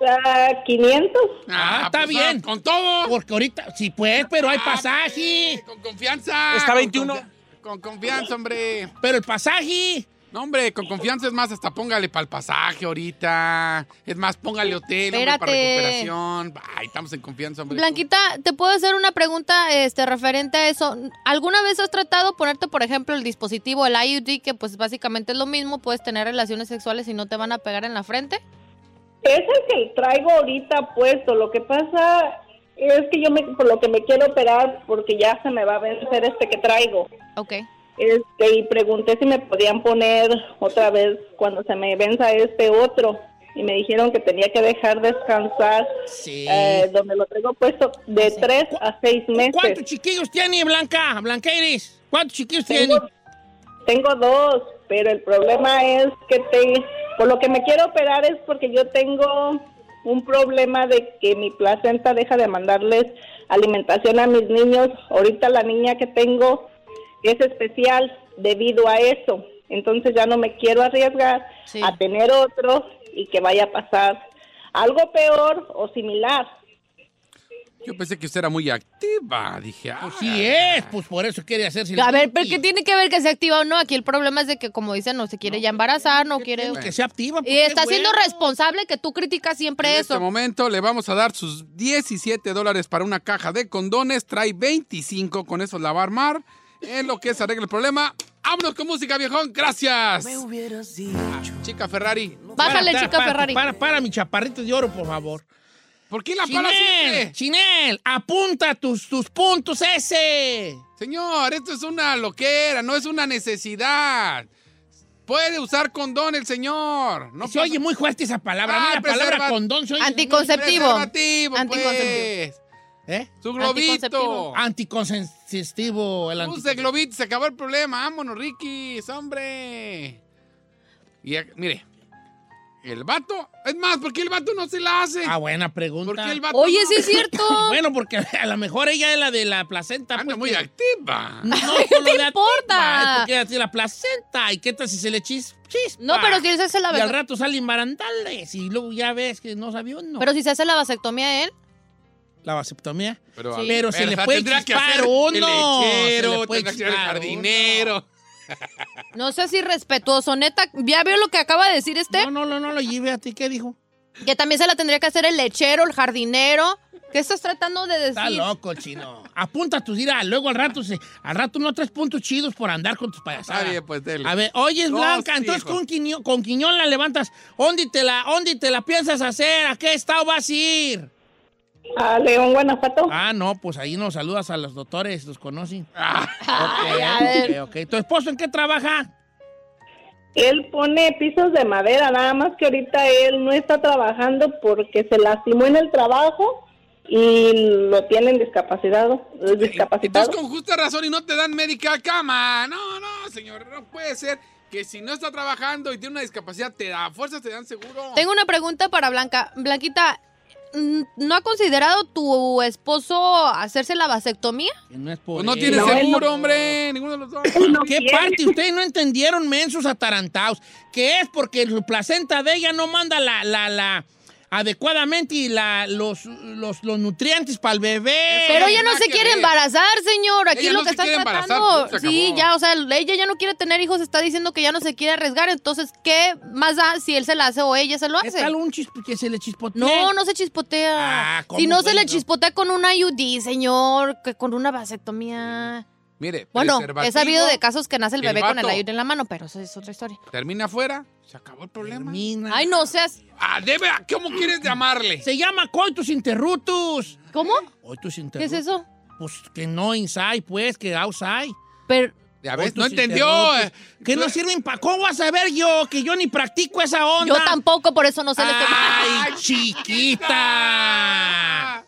ah, 500,
Ah, está
pues,
bien.
ah, Con todo.
Porque ahorita, sí, pues, pero hay
Ah,
pasaje.
Con confianza.
Está
con
21.
confia- Con confianza, hombre.
Pero el pasaje.
No, hombre, con confianza es más, hasta póngale para el pasaje ahorita. Es más, póngale hotel, hombre, para
Espérate.
recuperación. Ay, estamos en confianza, hombre.
Eh. Blanquita, te puedo hacer una pregunta este, referente a eso. ¿Alguna vez has tratado ponerte, por ejemplo, el dispositivo, el IUD, que pues básicamente es lo mismo, puedes tener relaciones sexuales y no te van a pegar en la frente?
es el que traigo ahorita puesto. Lo que pasa es que yo me, por lo que me quiero operar, porque ya se me va a vencer este que traigo.
Ok.
Este, y pregunté si me podían poner otra vez cuando se me venza este otro. Y me dijeron que tenía que dejar descansar,
Sí.
eh, donde lo traigo puesto, de tres a seis meses.
¿Cuántos chiquillos tiene Blanca? Blanca Iris. ¿Cuántos chiquillos tiene?
Tengo, tengo dos, pero el problema es que te, por lo que me quiero operar es porque yo tengo un problema de que mi placenta deja de mandarles alimentación a mis niños. Ahorita la niña que tengo es especial debido a eso. Entonces ya no me quiero arriesgar
Sí.
a tener otro y que vaya a pasar algo peor o similar.
Yo pensé que usted era muy activa. Dije, ah.
Pues sí es, pues por eso quiere hacerse.
A ver, ¿pero qué tiene que ver que se activa o no? Aquí el problema es de que, como dicen, no se quiere ya embarazar, no quiere...
Que sea activa. pues,
Y está siendo responsable que tú criticas
En
siempre
este
eso.
momento le vamos a dar sus 17 dólares para una caja de condones. Trae 25, con eso la va a armar. En lo que se arregla el problema. ¡Vámonos con música, viejón! ¡Gracias! Ah, chica Ferrari,
Bájale,
Para,
chica
para,
Ferrari.
Para, para, mi chaparrito de oro, por favor.
¿por qué la
Chinel,
para Ah, siempre?
Chinel, apunta tus, tus puntos ese.
Señor, esto es una loquera, no es una necesidad. Puede usar condón el señor. No
se oye muy fuerte esa palabra.
Ah,
A mí la palabra
preserva-
condón se oye-
Anticonceptivo.
Preservativo,
Anticonceptivo.
pues.
¿Eh?
Su
Anticonceptivo.
globito.
Anticonceptivo. El
Use
anticonceptivo.
globito, se acabó el problema. Vámonos, Ricky, hombre. Y ac- mire, El vato. Es más, ¿por qué el vato no se la hace?
Ah, buena pregunta.
¿Por qué el vato
Oye,
no?
sí es cierto.
bueno, porque a lo mejor ella es la de la placenta. Anda muy
activa.
No,
¿Qué
con lo
te
de
importa?
activa, es porque tiene la placenta. ¿Y qué tal si se le chis chispa?
No, pero si él se hace la
Y al
verdad-
rato salen barandales y luego ya ves que no sabía uno.
Pero si se hace la vasectomía él.
La vasectomía. Pero,
Sí.
se
Pero
le
hasta
puede
tendría que
chispar
hacer
uno.
el
Se
lechero,
le puede
tendría que hacer el
chispar uno.
jardinero.
No sé si respetuoso, neta. ¿Ya vio lo que acaba de decir este?
No, no, no, no lo lleve a ti. ¿Qué dijo?
Que también se la tendría que hacer el lechero, el jardinero. ¿Qué estás tratando de decir?
Está loco, chino. Apunta tus dirás, luego al rato se, al rato no tres puntos chidos por andar con tus payasadas.
Está bien, pues, dele.
Ah. A ver, oye, es
No,
Blanca,
sí,
entonces
hijo.
con, Quiño- con Quiñón la levantas. ¿Dónde te la, dónde te la piensas hacer? ¿A qué estado vas a ir?
A León, Guanajuato.
Ah, no, pues ahí nos saludas a los doctores, los conocen.
Ah.
a
ok,
ver.
ok, ok. ¿Tu esposo en qué trabaja?
Él pone pisos de madera, nada más que ahorita él no está trabajando porque se lastimó en el trabajo y lo tienen discapacitado. discapacitado.
Entonces, con justa razón y no te dan médica cama. No, no, señor, no puede ser que si no está trabajando y tiene una discapacidad, te da fuerzas, te dan seguro.
Tengo una pregunta para Blanca. Blanquita, mm, ¿no ha considerado tu esposo hacerse la vasectomía?
No es
Pues no tiene seguro, hombre. Ninguno de los dos.
¿Qué parte ustedes no entendieron, mensos atarantados? Que es porque su placenta de ella no manda la, la, la adecuadamente y la, los, los, los nutrientes para el bebé.
Pero ella no se quiere embarazar, señor. Aquí
Ella
lo
no
que
se
está
quiere embarazar,
tratando.
punto, se
sí,
acabó.
ya, o sea, ella ya no quiere tener hijos, está diciendo que ya no se quiere arriesgar. Entonces, ¿qué más da si él se la hace o ella se lo
¿Qué
hace?
tal un chispo que se le chispotea?
No, no se chispotea.
Ah, ¿cómo,
si no se
güey?
le
No.
chispotea con una IUD, señor, que con una vasectomía.
Mire,
Bueno, he
preservativo,
sabido de casos que nace el
el
bebé con el
vato.
IUD en la mano, pero eso es otra historia.
Termina afuera, se acabó el problema.
Ay, no seas.
Ah, debe, ¿cómo quieres llamarle?
Se llama coitus interruptus.
¿Cómo?
Coitus
¿Qué es
interruptus.
eso?
Pues que no inside, pues, que outside.
Pero...
Ya ves, no entendió, eh.
Que no sirven para... ¿Cómo vas a ver yo? Que yo ni practico esa onda.
Yo tampoco, por eso no sé le
¡Ay, chiquita!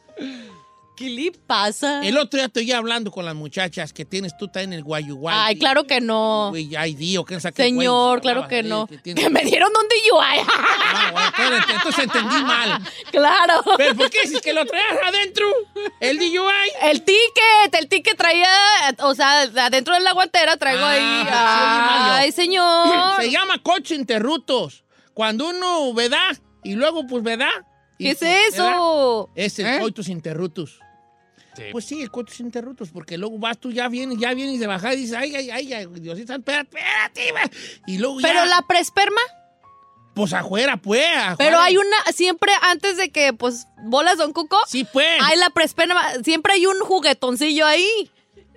¿Qué le pasa?
El otro día estoy hablando con las muchachas que tienes tú también en el guayuguay.
Ay, claro que no.
Güey, ay, Dios, ¿qué saqué, güey?
Señor, claro
Hablabas
que
ahí,
no.
tienes-
Que me dieron donde yo. ay.
Ah, bueno, espérate, entonces entendí mal.
Claro.
¿Pero por qué dices que lo traes adentro? ¿El DUI?
El ticket, el ticket traía, o sea, adentro de la guantera traigo
Ah,
ahí.
sí, oye, Mario.
Ay, señor.
Se llama coche interrutos. Cuando uno, ¿verdad? Y luego, pues, ¿verdad? Y,
¿Qué es
pues, ¿verdad?
eso?
Es el
¿Eh?
coitus interruptus. Pues sí, el coitus interruptus, porque luego vas tú, ya vienes, ya vienes de bajar y dices, ay, ay, ay, ay, Diosito, espérate, espérate. va. Y luego Pues ya,
Pero la preesperma,
pues afuera, pues. afuera.
pero hay una, siempre antes de que, pues, bolas Don Cuco.
Sí, pues.
Hay la preesperma, siempre hay un juguetoncillo ahí.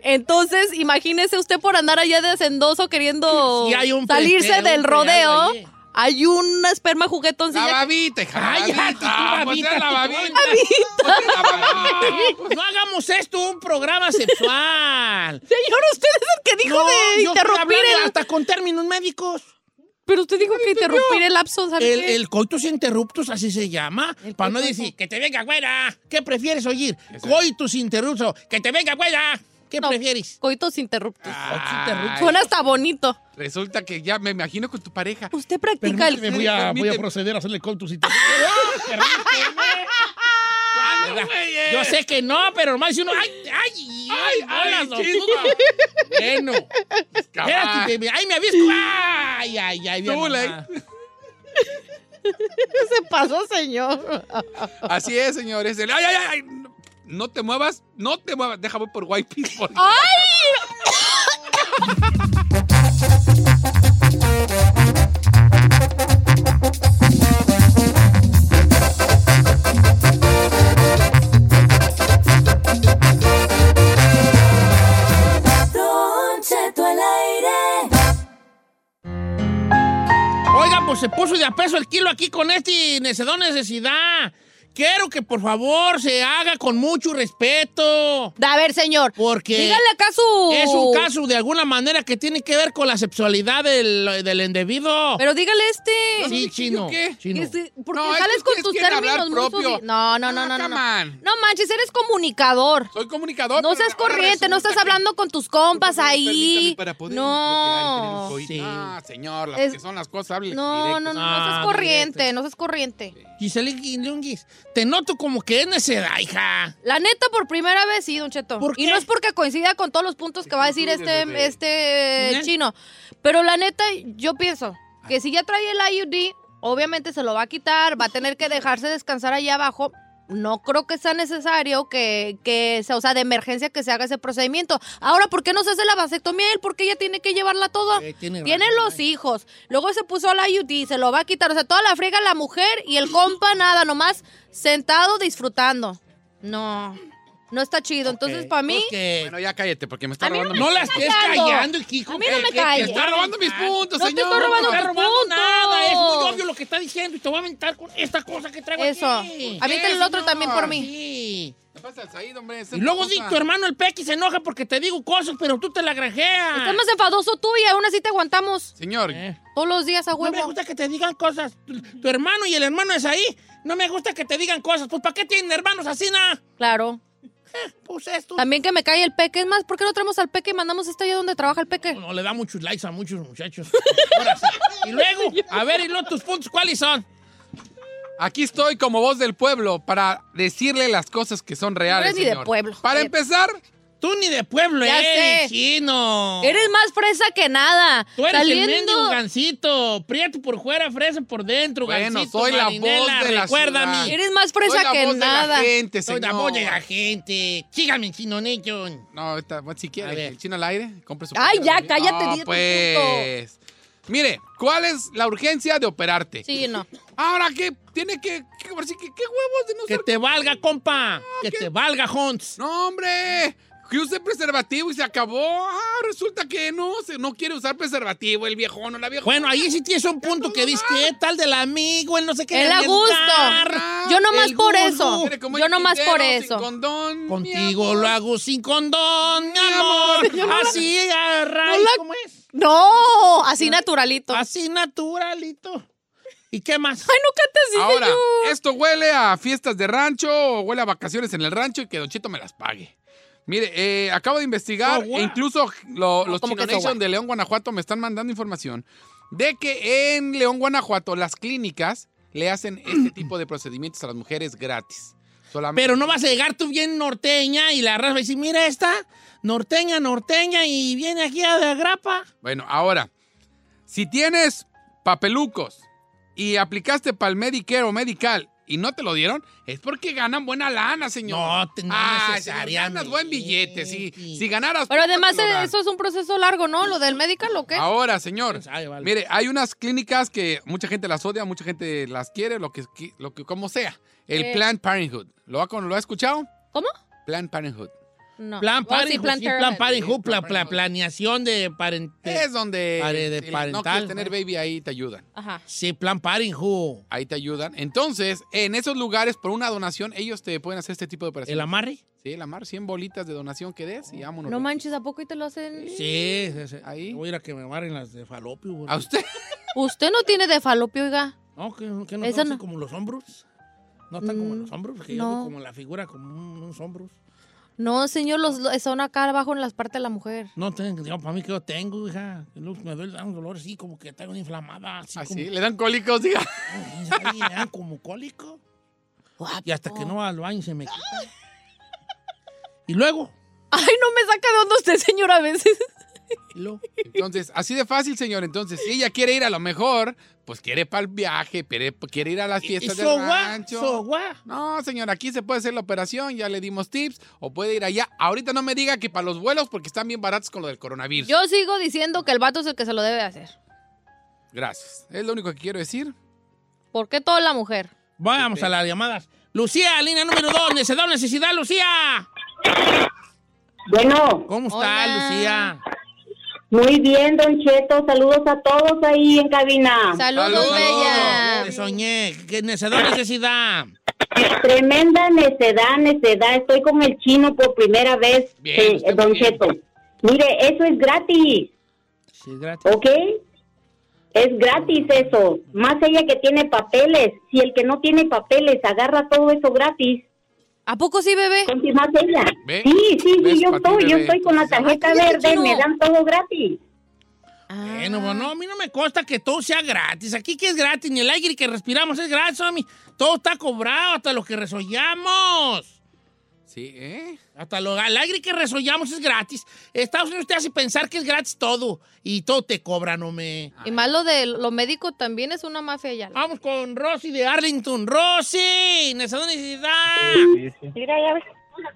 Entonces, imagínese usted por andar allá de hacendoso queriendo
Sí, hay un
salirse
preste-
del
un
rodeo.
pegado ahí.
Hay una esperma
La
juguetoncilla.
babita, hija. la
Cállate, tú,
babita. Ah, pues
babita,
es la
tú,
babita.
Babita.
Pues es la babita.
No hagamos esto un programa sexual.
Señor, usted es el que dijo
No,
de
yo estoy
interrumpir
hablando
el...
hasta con términos médicos.
Pero usted dijo que interrumpir el lapso, ¿sabe
El,
qué?
el coitus interruptus, así se llama. Para no decir, que te venga güera. ¿Qué prefieres oír? Coitus interruptus, que te venga güera. ¿Qué
No,
prefieres?
Coitos interruptos.
Coitus interruptus.
Suena hasta bonito.
Resulta que ya me imagino con tu pareja.
Usted practica el...
Me voy a, voy a
Permíteme.
proceder a hacerle coitus interruptus. ¿Verdad? Yo sé que no, pero nomás si uno. ¡Ay, ay, ay! ay,
ay,
Bueno. Espérate, baby. ¡Ay, me aviso! ¡Ay, ay, ay! mira
Tú,
nomás.
like.
se pasó, señor?
Así es, señores. El- ay, ay, ay, no- No te muevas, no te muevas. Déjame por White Peace. por-
¡Ay!
Don Cheto al aire.
Oigan, pues se puso de a peso el kilo aquí con este necedón necesidad. Quiero que por favor se haga con mucho respeto.
A ver, señor.
Porque.
Dígale acá su-
Es un caso de alguna manera que tiene que ver con la sexualidad del, del indebido.
Pero dígale este.
Sí, chino. chino.
Porque
No, es que
sales con
ustedes
tus
quieren hablar
términos muy
propio.
subi- No, no, no,
Ah,
no, no.
come
No,
on.
No manches, eres comunicador.
Soy comunicador.
No
pero
seas
ahora
corriente, no estás
resulta que-
hablando con tus compas ahí.
Para poder
No.
bloquear y tener un coito. Ah, señor, las
Es-
que son las cosas, hable.
No, no, no, no
Ah,
seas corriente, no seas corriente.
Giselle Guilunguis, te noto como que es necedad, hija.
La neta, por primera vez sí, Don Cheto. Y no es porque coincida con todos los puntos que va a decir este,
bebé.
este
¿Eh?
chino. Pero la neta, yo pienso que si ya trae el IUD, obviamente se lo va a quitar, va a tener que dejarse descansar allá abajo. No creo que sea necesario que, que sea, o sea, de emergencia que se haga ese procedimiento. Ahora, ¿por qué no se hace la vasectomía él? Porque ella tiene que llevarla toda.
Eh, tiene
tiene los hijos. Luego se puso la IUD, se lo va a quitar. O sea, toda la frega la mujer y el compa nada, nomás sentado disfrutando. No, no está chido.
Eh,
Entonces, para
pues
mí,
Bueno, ya cállate, porque me está
A mí no
robando.
me No la estés estés callando. callando,
hijo.
A mí no me
que- que
calles.
está robando mis puntos,
No te
señor.
estoy robando
no te está
tus
robando
puntos.
nada. Es muy obvio lo que está diciendo y te voy a aventar con esta cosa que traigo
Eso.
aquí. ah,
Aviéntale el otro también por mí.
Sí.
Ahí, hombre, esa
Y luego
cosa.
di, tu hermano el Pequi se enoja porque te digo cosas, pero tú te la granjeas.
estás más enfadoso tú y aún así te aguantamos
Señor,
todos los días a
No me
huevo.
gusta que te digan cosas. Tu, tu hermano y el hermano es ahí. No me gusta que te digan cosas. Pues, ¿para qué tienen hermanos así, na?
Claro.
Pues esto.
También que me cae el peque. Es más, ¿por qué no traemos al peque y mandamos este allá donde trabaja el peque?
No, le da muchos likes a muchos muchachos. Ahora sí. Y luego, a ver, y luego tus puntos, ¿cuáles son?
Aquí estoy como voz del pueblo para decirle las cosas que son reales.
eres ni de
señor.
pueblo, Eh,
Para
joder.
empezar,
tú ni de pueblo
Ya sé.
eres, chino.
Eres más fresa que nada.
Tú eres el
Saliendo...
mendigo gancito. Prieto por fuera, fresa por dentro,
Bueno,
gancito.
soy la voz de la
recuérdame.
ciudad.
Eres más fresa
Soy la
que
voz de la
nada.
gente,
Soy la
señor.
voz de la gente. Sígame, chino Nation.
no, está- bueno, si
A
quiere,
ver.
el chino al aire, compre su.
Ay, ya,
No, Ah,
cállate, di tu
pues. Mire, ¿cuál es la urgencia de operarte?
Sí, no.
Ahora que tiene que, que ahora sí que- ¿qué huevos de no
Que
ser-
te valga, compa. que te valga, Hons.
No, hombre. Que use preservativo y se acabó. Ah, resulta que no, se, no quiere usar preservativo el viejón o la vieja.
Bueno, ahí sí tienes un punto que dices, ¿qué tal del amigo? Él no sé qué.
Él a gusto.
Ah,
Yo nomás por eso. Yo nomás por eso.
Contigo lo hago sin condón, mi amor.
Yo no la-
Así agarra.
No la-
¿Cómo es?
No, así naturalito.
Así naturalito. ¿Y qué más?
Ay, no cantes así,
Ahora,
señor.
esto huele a fiestas de rancho, o huele a vacaciones en el rancho y que Don Cheto me las pague. Mire, eh, acabo de investigar,
So what?
e incluso lo- los
¿cómo
Chino
que so
Nation
what?
de León, Guanajuato me están mandando información de que en León, Guanajuato, las clínicas le hacen este tipo de procedimientos a las mujeres gratis. Solamente-
Pero no vas a llegar tú bien norteña y la raza va a decir, mira esta, norteña, norteña, y viene aquí a la grapa.
Bueno, ahora, si tienes papelucos y aplicaste para el Medicare o Medical y no te lo dieron, es porque ganan buena lana, señor.
No, te- no
Ay, señor,
necesariamente.
Ah, ganas buen billete. Si, si ganaras...
Pero
poco, te
además
lo
eh,
dan.
eso es un proceso largo, ¿no? Lo del medical o qué?
Ahora, señor,
Pues, Ay, vale.
mire, hay unas clínicas que mucha gente las odia, mucha gente las quiere, lo que, qui- lo que como sea. El
Eh.
Planned Parenthood. ¿Lo ha, con- ¿Lo ha escuchado?
¿Cómo?
Planned Parenthood.
No. Oh,
Plan
sí,
Parenthood, sí, plan
Parenthood.
Parenthood, pla- pla- planeación de parentesco.
Es donde
Pare- de
si no
parental,
quieres
¿no?
tener baby ahí te ayudan.
Ajá.
Sí, plan Parenthood.
Ahí te ayudan. Entonces, en esos lugares, por una donación, ellos te pueden hacer este tipo de operaciones.
¿El amarre?
Sí, el amar, 100 bolitas de donación que des y vámonos.
No manches, ¿a poco y te lo hacen?
Sí, sí, sí. Voy a ir a que me amarren las de falopio. güey.
¿A usted?
Usted no tiene de falopio, oiga.
No, que, que no
Eso
están
no.
así como los hombros. No están
Mm,
como los hombros, porque yo
no.
veo como la figura, como un- unos hombros.
No, señor, los, los- son acá abajo en las partes de la mujer.
No tengo, yo, para mí que yo tengo, hija. Y luego Me duele, da un dolor así, como que tengo inflamada. Así,
¿Ah,
como,
sí? ¿Le dan cólicos? Diga.
Ay, me dan como cólico. Y hasta que no va al baño se me quita. Y luego,
Ay, no me saca de onda usted, señor, a veces.
Entonces, así de fácil, señor. Entonces, si ella quiere ir a lo mejor, pues quiere para el viaje, quiere, quiere ir a las fiestas del
so what?
rancho.
So what?
No, señor, aquí se puede hacer la operación, ya le dimos tips, o puede ir allá. Ahorita no me diga que para los vuelos, porque están bien baratos con lo del coronavirus.
Yo sigo diciendo que el vato es el que se lo debe hacer.
Gracias. Es lo único que quiero decir.
Pues ¿Por qué toda la mujer?
vamos a las llamadas. Lucía, línea número dos, necesidad, necesidad, Lucía.
Bueno.
¿Cómo está, Lucía?
Muy bien, Don Cheto. Saludos a todos ahí en cabina.
Saludos, bella.
Te soñé. ¿Qué necesidad, necesidad?
Tremenda necedad, necedad. Estoy con el chino por primera vez, eh, don Cheto. Mire, eso es gratis. ¿Ok? Es gratis eso. Más ella que tiene papeles. Si el que no tiene papeles agarra todo eso gratis.
¿A poco sí, bebé?
Más ella.
¿Ve?
Sí, sí,
¿Ves,
sí, yo
pa' ti,
estoy, yo
bebé?
estoy con la tarjeta
Ay, qué
verde,
chino.
me dan todo gratis.
Bueno, pues no, a mí no me consta que todo sea gratis. Aquí que es gratis, ni el aire que respiramos es gratis, mí Todo está cobrado, hasta lo que resollamos.
Sí, ¿eh?
Hasta lo, el aire que resollamos es gratis. Estados Unidos te hace pensar que es gratis todo. Y todo te cobran, hombre.
Y más lo de lo médico también es una mafia ya.
Vamos con Rosy de Arlington. Rosy, necesito necesidad.
Mira, ya ves.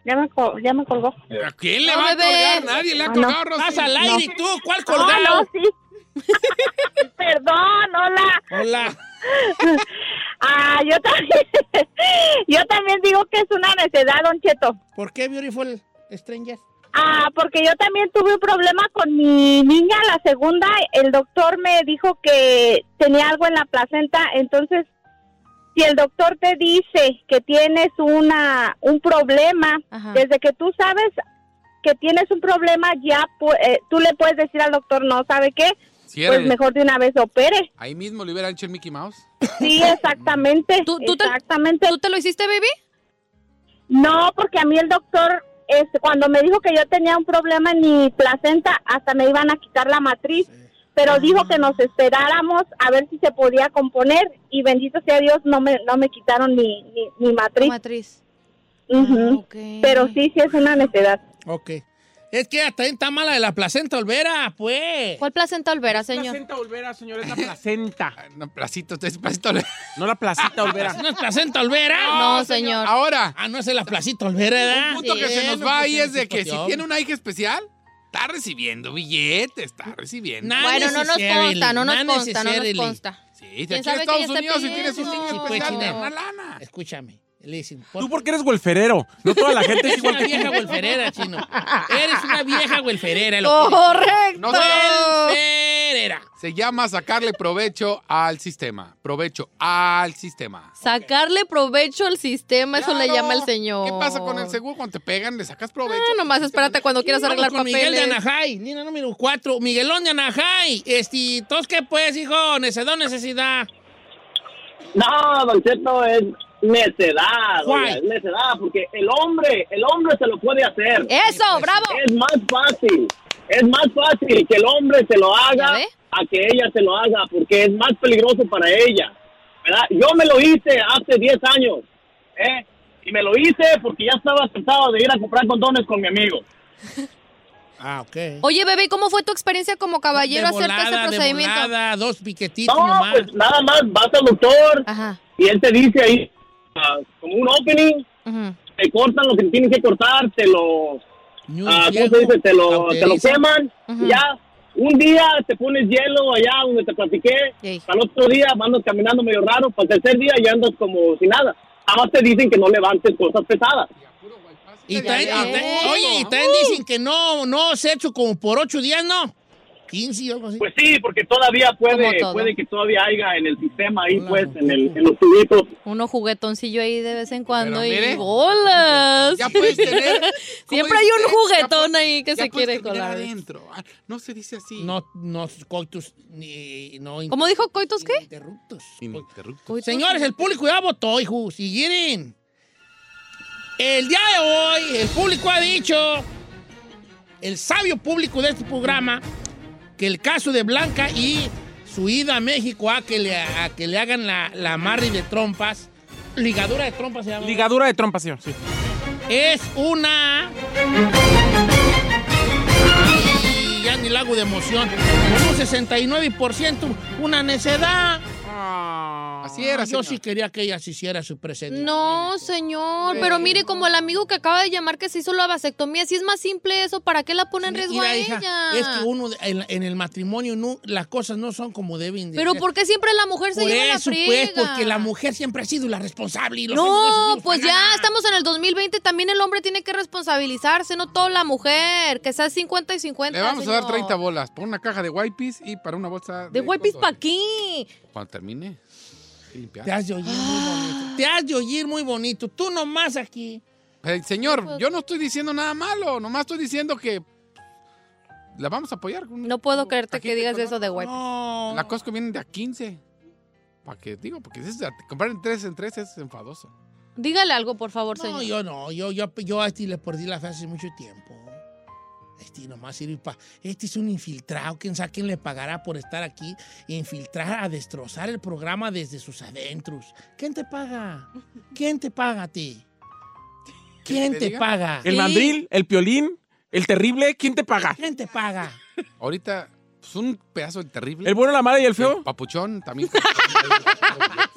Ya me, col- ya me colgó.
¿A quién le
No,
va a
bebé.
colgar? Nadie le ha
Ah,
colgado,
no.
Rosy. Vas al
No.
aire, tú.
Ah,
¿Cuál
No,
Ah,
colgado?
no, sí. Perdón, hola.
Hola.
Ah, yo también, yo también digo que es una necedad, Don Cheto.
¿Por qué Beautiful Stranger?
Ah, porque yo también tuve un problema con mi niña, la segunda. El doctor me dijo que tenía algo en la placenta, entonces si el doctor te dice que tienes una un problema, desde que tú sabes que tienes un problema, ya pu- eh, tú le puedes decir al doctor, no, ¿sabe qué?
Cierre.
Pues mejor de una vez opere.
Ahí mismo le hubiera hecho el Mickey Mouse.
Sí, exactamente. exactamente.
¿Tú te lo hiciste, baby?
No, porque a mí el doctor, este, cuando me dijo que yo tenía un problema en mi placenta, hasta me iban a quitar la matriz. Pero dijo que nos esperáramos a ver si se podía componer. Y bendito sea Dios, no me, no me quitaron mi, mi, mi matriz.
Ah,
Ujú. Pero sí, sí es una necedad.
Ok. Es que hasta ahí está mala de la placenta Olvera, pues.
¿Cuál placenta Olvera, señor?
placenta Olvera, señor, es la placenta. No, placito, usted es placita Olvera. No la placita Olvera.
¿No es placenta Olvera?
No, señor.
Ahora. Ah, no es la placita Olvera, ¿verdad?
Un punto que se nos
Bueno,
va
pues,
ahí
en
es de que si
situación.
tiene una hija especial, está recibiendo billetes, está recibiendo.
Nah,
Bueno, no nos
necessarily,
consta, no nos
nah,
consta, no nos
necessarily.
consta.
Sí,
¿Quién
aquí en
sabe qué
Estados
está
Unidos, si tienes un niño
pidiendo?
especial,
Sí,
te
pues,
dan
sí,
una
no.
lana.
Escúchame. Listen,
Tú porque eres golferero. No toda la gente es
Eres
igual
una
que tú.
vieja golferera, chino. Eres una vieja golferera. lo que eres.
Correcto.
No Se llama sacarle provecho al sistema. Provecho al sistema.
Sacarle provecho al sistema, eso le
Claro.
llama el señor.
¿Qué pasa con el seguro cuando te pegan? ¿Le sacas provecho?
Ah, nomás espérate cuando quieras
Vamos
arreglar
con
papeles.
Miguel de Anajay, Nina número 4. Miguelón de Anajay. Este, ¿tos qué pues, hijo? Necesidad, necesidad.
No, Don Cheto, es necedad,
Why?
oiga, es necedad, porque el hombre, el hombre se lo puede hacer.
¡Eso, bravo!
Es más fácil, es más fácil que el hombre se lo
¿Ya
haga
ve?
a que ella se lo haga, porque es más peligroso para ella, ¿verdad? Yo me lo hice hace 10 años, ¿eh? Y me lo hice porque ya estaba cansado de ir a comprar condones con mi amigo.
Ah, ok.
Oye, bebé, ¿cómo fue tu experiencia como caballero
De volada,
hacerte ese
de
procedimiento?
volada, dos piquetitos
No,
nomás.
pues nada más, vas al doctor y él te dice ahí, ah, como un opening, te cortan lo que te tienen que cortar, te lo, ah, ¿cómo se dice? Te lo, te lo
cauterizan.
queman, y ya. Un día te pones hielo allá donde te platiqué, al otro día andas caminando medio raro, para el tercer día ya andas como si nada. Además te dicen que no levantes cosas pesadas.
Y también, y también- oye, y también
Uh.
dicen que no, no se ha hecho como por ocho días, ¿no? 15 o algo así.
Pues sí, porque todavía
Como
puede,
todo.
puede que todavía haya en el sistema ahí, pues, en, el, en los tubitos.
Uno juguetoncillo ahí de vez en cuando y
mire.
bolas.
Ya puedes tener-
Siempre hay un juguetón ahí que
ya
se
puedes
quiere
terminar
colar.
adentro. Ah, No se dice así.
No, no, coitus, ni, no.
¿Cómo dijo Coitos qué?
Interruptos.
Ininterrupto.
Pues
Señores, el público ya votó, hijo. Si quieren. El día de hoy, el público ha dicho, el sabio público de este programa, que el caso de Blanca y su ida a México a que le, a que le hagan la, la amarre de trompas, ligadura de trompas se llama.
Ligadura de trompa, señor. Sí.
es una. Y ya ni lago de emoción. Con un 69%, una necedad. Así
Ah, era,
Yo
señor.
sí quería que ella se hiciera su presente.
No, señor, pero mire, como el amigo que acaba de llamar que se hizo la vasectomía, si es más simple eso, ¿para qué la pone en riesgo
Mira,
a
hija,
ella?
es que uno de- en, en el matrimonio no- las cosas no son como deben de
Pero
ser.
¿por qué siempre la mujer se
Por
lleva
eso,
la friega?
pues, porque la mujer siempre ha sido la responsable. Y los hombres
No,
somos
pues
nada.
ya estamos en el 2020, también el hombre tiene que responsabilizarse, no toda la mujer, que sea 50 y 50.
Le vamos a dar
señor.
30 bolas por una caja de wipes y para una bolsa
¿De
de
huepis pa' aquí?
Cuando termine, hay que limpiar.
Te has de oír muy bonito. te has de oír muy bonito. Tú nomás aquí.
Eh, señor, yo no estoy diciendo nada malo, nomás estoy diciendo que la vamos a apoyar.
No puedo creerte que digas eso de guay.
La Costco viene de a 15. ¿Para qué digo? Porque es, comprar en 3 en 3 es enfadoso.
Dígale algo, por favor, señor.
No, yo no. Yo, yo, yo a este le perdí la fe hace mucho tiempo. Este nomás sirve para... Este es un infiltrado. ¿Quién sabe quién le pagará por estar aquí? Infiltrar a destrozar el programa desde sus adentros. ¿Quién te paga? ¿Quién te paga a ti? ¿Quién te,
diga?
paga?
¿El
¿Sí?
mandril? ¿El piolín? ¿El terrible? ¿Quién te paga?
¿Quién te paga?
Ahorita, pues un pedazo de terrible.
¿El bueno, la mala y el feo?
papuchón también.
Este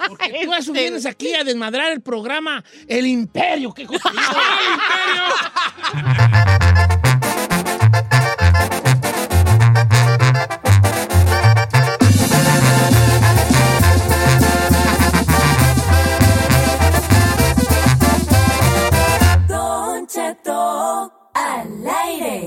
Porque tú a eso vienes aquí a desmadrar el programa El Imperio. ¿Qué cosa? ¡El Imperio!
Don Cheto al aire.